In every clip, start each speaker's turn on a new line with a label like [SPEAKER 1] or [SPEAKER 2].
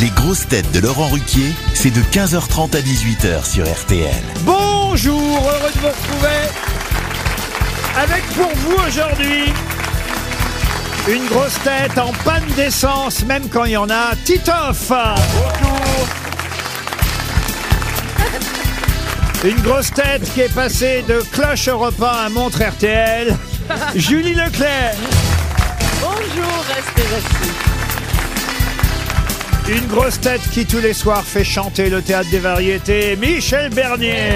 [SPEAKER 1] Les grosses têtes de Laurent Ruquier, c'est de 15h30 à 18h sur RTL.
[SPEAKER 2] Bonjour, heureux de vous retrouver avec pour vous aujourd'hui une grosse tête en panne d'essence, même quand il y en a, Titoff. Une grosse tête qui est passée de cloche repas à montre RTL, Julie Leclerc.
[SPEAKER 3] Bonjour, restez assis.
[SPEAKER 2] Une grosse tête qui tous les soirs fait chanter le théâtre des variétés, Michel Bernier.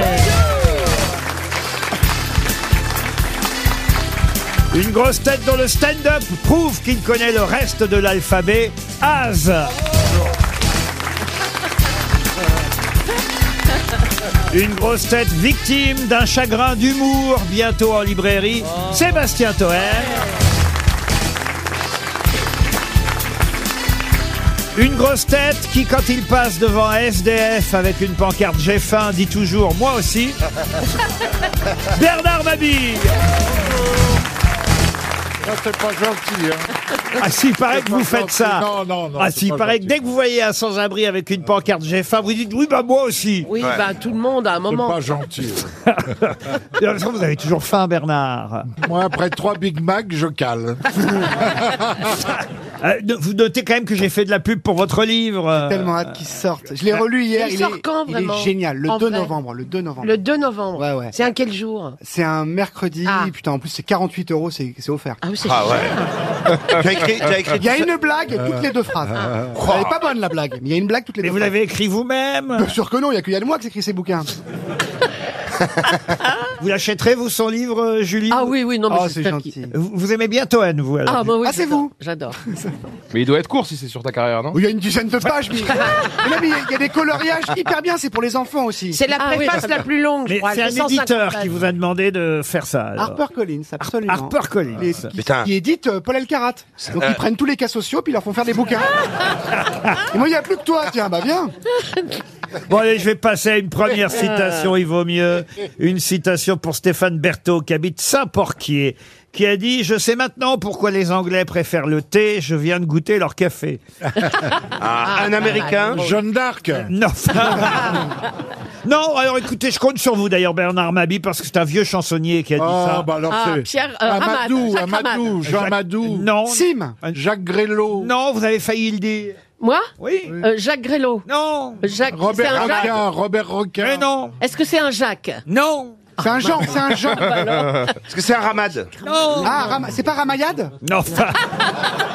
[SPEAKER 2] Une grosse tête dont le stand-up prouve qu'il connaît le reste de l'alphabet, Az. Une grosse tête victime d'un chagrin d'humour, bientôt en librairie, Sébastien Toen. Une grosse tête qui, quand il passe devant un SDF avec une pancarte J'ai faim, dit toujours Moi aussi. Bernard Mabille
[SPEAKER 4] c'est pas gentil, hein.
[SPEAKER 2] Ah, s'il paraît que vous faites ça.
[SPEAKER 4] Non, non, non,
[SPEAKER 2] Ah,
[SPEAKER 4] c'est
[SPEAKER 2] s'il
[SPEAKER 4] pas
[SPEAKER 2] paraît que
[SPEAKER 4] gentil.
[SPEAKER 2] dès que vous voyez un sans-abri avec une pancarte J'ai faim, vous dites Oui, bah moi aussi.
[SPEAKER 3] Oui, bah, tout le monde à un
[SPEAKER 4] C'est
[SPEAKER 3] moment.
[SPEAKER 4] pas gentil. hein.
[SPEAKER 2] De toute façon, Vous avez toujours faim, Bernard.
[SPEAKER 4] Moi, après trois Big Mac, je cale.
[SPEAKER 2] Euh, no- vous notez quand même que j'ai fait de la pub pour votre livre. euh,
[SPEAKER 5] tellement hâte qu'il sorte. Je l'ai relu
[SPEAKER 3] Bah,
[SPEAKER 5] hier.
[SPEAKER 3] il
[SPEAKER 5] Il,
[SPEAKER 3] sort
[SPEAKER 5] est,
[SPEAKER 3] quand,
[SPEAKER 5] il est
[SPEAKER 3] vraiment
[SPEAKER 5] génial. Le
[SPEAKER 3] En
[SPEAKER 5] 2
[SPEAKER 3] vrai
[SPEAKER 5] novembre. Le 2 novembre.
[SPEAKER 3] Le 2 novembre.
[SPEAKER 5] Ouais, ouais.
[SPEAKER 3] C'est un quel jour
[SPEAKER 5] C'est un mercredi.
[SPEAKER 3] Ah.
[SPEAKER 5] Putain, en plus, c'est 48 euros, c'est c'est offert.
[SPEAKER 3] Ah oui, c'est
[SPEAKER 6] T'as écrit, t'as
[SPEAKER 3] Ah,
[SPEAKER 6] écrit
[SPEAKER 5] Il y a une blague
[SPEAKER 3] Euh.
[SPEAKER 5] toutes les deux phrases. Elle est pas bonne, la blague. mais Il y a une blague toutes les
[SPEAKER 2] Mais
[SPEAKER 5] deux
[SPEAKER 2] vous
[SPEAKER 5] phrases.
[SPEAKER 2] l'avez écrit vous-même.
[SPEAKER 5] Bien sûr que non, il y a que Yann Moix qui écrit ses bouquins.
[SPEAKER 2] Vous l'achèterez, vous, son livre, euh, Julie
[SPEAKER 3] Ah oui, oui, non, mais
[SPEAKER 5] Oh, c'est
[SPEAKER 3] j'espère qu'il-
[SPEAKER 5] gentil.
[SPEAKER 2] Vous, vous aimez bien Toen, vous alors
[SPEAKER 3] Ah, bah oui,
[SPEAKER 5] Ah, c'est
[SPEAKER 3] j'adore,
[SPEAKER 5] vous
[SPEAKER 3] J'adore.
[SPEAKER 7] Mais il doit être court si c'est sur ta carrière, non
[SPEAKER 5] Où il y a une dizaine de pages, mais. Mais non, mais il y a- il y, a des coloriages hyper bien, c'est pour les enfants aussi.
[SPEAKER 3] C'est la préface la plus longue, je
[SPEAKER 2] Mais
[SPEAKER 3] crois.
[SPEAKER 2] c'est un
[SPEAKER 3] 250
[SPEAKER 2] éditeur
[SPEAKER 3] pages. Ah,
[SPEAKER 2] qui vous a demandé de faire ça. alors.
[SPEAKER 5] Harper Collins, absolument.
[SPEAKER 2] Harper Collins.
[SPEAKER 5] Les- qui,
[SPEAKER 6] Putain.
[SPEAKER 5] qui édite euh, Paul Elkarat. Donc ils prennent tous les cas sociaux puis ils leur font faire des bouquins. Et moi il n'y a plus que toi, tiens, bah viens.
[SPEAKER 2] Bon, allez, je vais passer à une première citation, il vaut mieux. Une citation pour Stéphane Berthaud, qui habite Saint-Porquier, qui a dit « Je sais maintenant pourquoi les Anglais préfèrent le thé, je viens de goûter leur café.
[SPEAKER 3] Ah,
[SPEAKER 6] un Américain.
[SPEAKER 4] Ah, Jeanne d'Arc. »
[SPEAKER 2] Non, Non, alors écoutez, je compte sur vous d'ailleurs, Bernard Mabi, parce que c'est un vieux chansonnier qui a dit
[SPEAKER 4] Ah,
[SPEAKER 2] ça.
[SPEAKER 4] bah alors
[SPEAKER 3] Ah,
[SPEAKER 4] c'est.
[SPEAKER 3] Pierre, euh,
[SPEAKER 4] Amadou,
[SPEAKER 3] Hamad, Jacques
[SPEAKER 4] Amadou, Jean
[SPEAKER 2] Jacques-
[SPEAKER 4] Amadou.
[SPEAKER 2] Non,
[SPEAKER 5] Sim.
[SPEAKER 4] Jacques Grélo.
[SPEAKER 2] non, vous avez failli le dire.
[SPEAKER 3] Moi
[SPEAKER 2] Oui,
[SPEAKER 3] Euh, Jacques Grélo.
[SPEAKER 2] non,
[SPEAKER 3] Jacques, c'est
[SPEAKER 4] Robert
[SPEAKER 3] un Jacques
[SPEAKER 4] Roquin, Robert
[SPEAKER 2] mais
[SPEAKER 4] Roquin.
[SPEAKER 2] non,
[SPEAKER 3] Est-ce que c'est un Jacques
[SPEAKER 2] non,
[SPEAKER 5] C'est
[SPEAKER 3] Ah,
[SPEAKER 5] un
[SPEAKER 3] bah,
[SPEAKER 5] genre, c'est un genre.
[SPEAKER 6] Est-ce que c'est un Ramad
[SPEAKER 2] non.
[SPEAKER 5] Ah, Ram- c'est pas Ramayad
[SPEAKER 2] Non, enfin,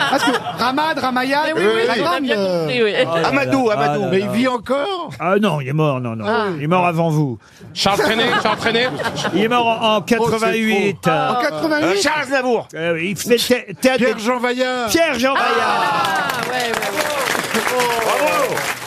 [SPEAKER 5] Parce que Ramad, Ramayad,
[SPEAKER 3] Mais oui, oui,
[SPEAKER 5] la
[SPEAKER 3] on a
[SPEAKER 5] grande,
[SPEAKER 3] bien
[SPEAKER 5] euh,
[SPEAKER 3] compris, oui.
[SPEAKER 6] Amadou, Amadou.
[SPEAKER 4] Mais il vit encore
[SPEAKER 2] ah non, il est mort, non, non. Il est mort avant vous.
[SPEAKER 7] Charles Trenet, Charles Trenet.
[SPEAKER 2] Il est mort en, en
[SPEAKER 4] Oh,
[SPEAKER 2] 88. euh,
[SPEAKER 5] en 88.
[SPEAKER 6] Charles Navour.
[SPEAKER 4] Eh
[SPEAKER 2] Euh, il faisait thé- théâtre-
[SPEAKER 4] Pierre Jean Vaillard.
[SPEAKER 2] Pierre Jean Bayard.
[SPEAKER 3] Ah, ouais, ouais, ouais.
[SPEAKER 6] Bravo